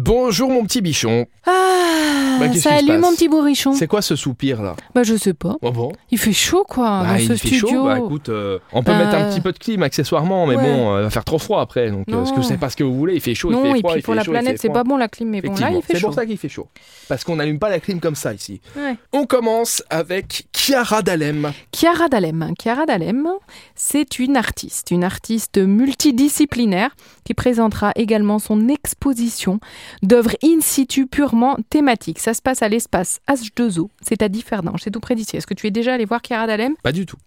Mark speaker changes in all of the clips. Speaker 1: Bonjour mon petit bichon.
Speaker 2: Ah,
Speaker 1: Bah, qu'est-ce qui se
Speaker 2: salut
Speaker 1: passe
Speaker 2: mon petit bourrichon.
Speaker 1: C'est quoi ce soupir là
Speaker 2: Bah je sais pas.
Speaker 1: Oh bon
Speaker 2: Il fait chaud quoi
Speaker 1: Bah,
Speaker 2: Ah, dans
Speaker 1: il
Speaker 2: ce
Speaker 1: fait
Speaker 2: studio.
Speaker 1: chaud. Bah, écoute, euh, on peut
Speaker 2: Euh,
Speaker 1: mettre un petit peu de clim accessoirement, mais
Speaker 2: ouais.
Speaker 1: bon, euh, il va faire trop froid après. Donc, euh,
Speaker 2: Non.
Speaker 1: parce que c'est pas ce que vous voulez. Il fait chaud, il
Speaker 2: non
Speaker 1: fait
Speaker 2: et
Speaker 1: froid.
Speaker 2: puis
Speaker 1: il
Speaker 2: pour
Speaker 1: fait
Speaker 2: la
Speaker 1: chaud, il
Speaker 2: planète
Speaker 1: fait
Speaker 2: c'est
Speaker 1: froid.
Speaker 2: pas bon la clim mais bon là
Speaker 1: Effectivement.
Speaker 2: il fait
Speaker 1: C'est
Speaker 2: chaud.
Speaker 1: pour ça qu'il fait chaud. Parce qu'on n'allume pas la clim comme ça ici.
Speaker 2: Ouais.
Speaker 1: On commence avec Chiara Dalem.
Speaker 2: Chiara Dalem. Chiara Dalem, c'est une artiste, une artiste multidisciplinaire qui présentera également son exposition d'œuvres in situ purement thématiques. Ça se passe à l'espace H2O, c'est à Differdange, c'est tout près d'ici. Est-ce que tu es déjà allé voir Chiara Dalem
Speaker 1: Pas du tout.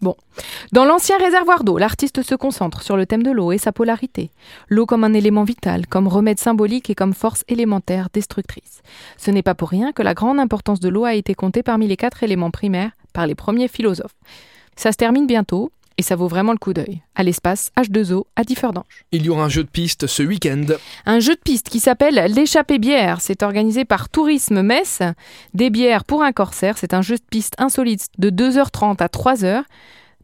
Speaker 2: Dans l'ancien réservoir d'eau, l'artiste se concentre sur le thème de l'eau et sa polarité. L'eau comme un élément vital, comme remède symbolique et comme force élémentaire destructrice. Ce n'est pas pour rien que la grande importance de l'eau a été comptée parmi les quatre éléments primaires par les premiers philosophes. Ça se termine bientôt et ça vaut vraiment le coup d'œil. À l'espace H2O à Differdange.
Speaker 1: Il y aura un jeu de piste ce week-end.
Speaker 2: Un jeu de piste qui s'appelle l'échappée bière. C'est organisé par Tourisme Metz. Des bières pour un corsaire. C'est un jeu de piste insolite de 2h30 à 3h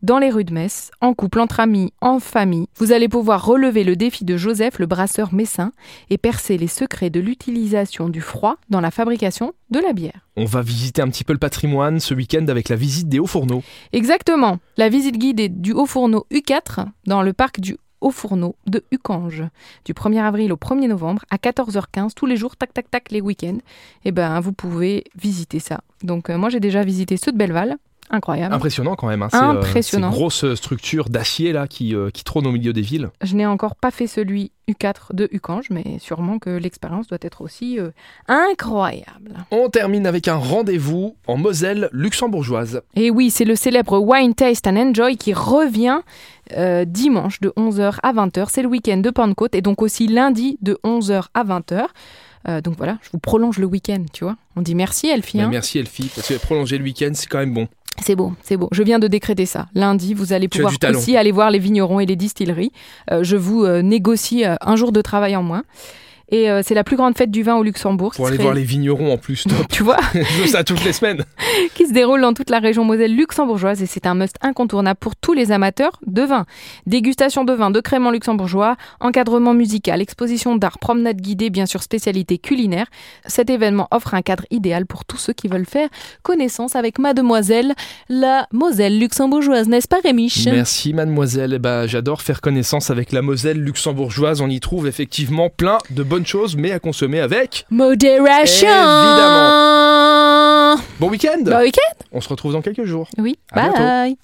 Speaker 2: dans les rues de Metz, en couple, entre amis, en famille. Vous allez pouvoir relever le défi de Joseph, le brasseur messin, et percer les secrets de l'utilisation du froid dans la fabrication de la bière.
Speaker 1: On va visiter un petit peu le patrimoine ce week-end avec la visite des hauts fourneaux.
Speaker 2: Exactement. La visite guidée du Haut Fourneau U4 dans le parc du Haut Fourneau de Ucange du 1er avril au 1er novembre à 14h15 tous les jours, tac tac tac, les week-ends. Et ben, vous pouvez visiter ça. Donc euh, moi j'ai déjà visité ceux de Belleval, incroyable.
Speaker 1: Impressionnant quand même. Hein. C'est, euh,
Speaker 2: Ah Impressionnant.
Speaker 1: ces grosses structures d'acier là qui, euh, qui trônent au milieu des villes.
Speaker 2: Je n'ai encore pas fait celui U4 de Ucange, mais sûrement que l'expérience doit être aussi euh, incroyable.
Speaker 1: On termine avec un rendez-vous en Moselle luxembourgeoise.
Speaker 2: Et oui, c'est le célèbre Wine Taste and Enjoy qui revient euh, dimanche de 11h à 20h. C'est le week-end de Pentecôte et donc aussi lundi de 11h à 20h. Euh, donc voilà, je vous prolonge le week-end, tu vois. On dit merci Elfie.
Speaker 1: Mais
Speaker 2: hein.
Speaker 1: merci Elfie, parce que prolonger le week-end, c'est quand même bon.
Speaker 2: C'est beau, c'est beau. Je viens de décréter ça. Lundi, vous allez
Speaker 1: Tu as
Speaker 2: pouvoir
Speaker 1: du talent.
Speaker 2: aussi aller voir les vignerons et les distilleries. Euh, je vous euh, négocie euh, un jour de travail en moins. Et euh, c'est la plus grande fête du vin au Luxembourg.
Speaker 1: Pour
Speaker 2: qui
Speaker 1: aller
Speaker 2: serait-
Speaker 1: voir les vignerons en plus, top.
Speaker 2: Tu vois
Speaker 1: Je veux ça toutes les semaines.
Speaker 2: qui se déroule dans toute la région Moselle luxembourgeoise et c'est un must incontournable pour tous les amateurs de vin. Dégustation de vin de crémant luxembourgeois, encadrement musical, exposition d'art, promenade guidée, bien sûr spécialité culinaire. Cet événement offre un cadre idéal pour tous ceux qui veulent faire connaissance avec mademoiselle la Moselle luxembourgeoise, n'est-ce pas Rémiche
Speaker 1: Merci mademoiselle. Eh ben, J'adore faire connaissance avec la Moselle luxembourgeoise. On y trouve effectivement plein de bonnes choses, mais à consommer avec.
Speaker 2: Modération
Speaker 1: Évidemment. Bon week-end
Speaker 2: Bon week-end Bah
Speaker 1: On se retrouve dans quelques jours.
Speaker 2: Oui,
Speaker 1: À bientôt.
Speaker 2: bye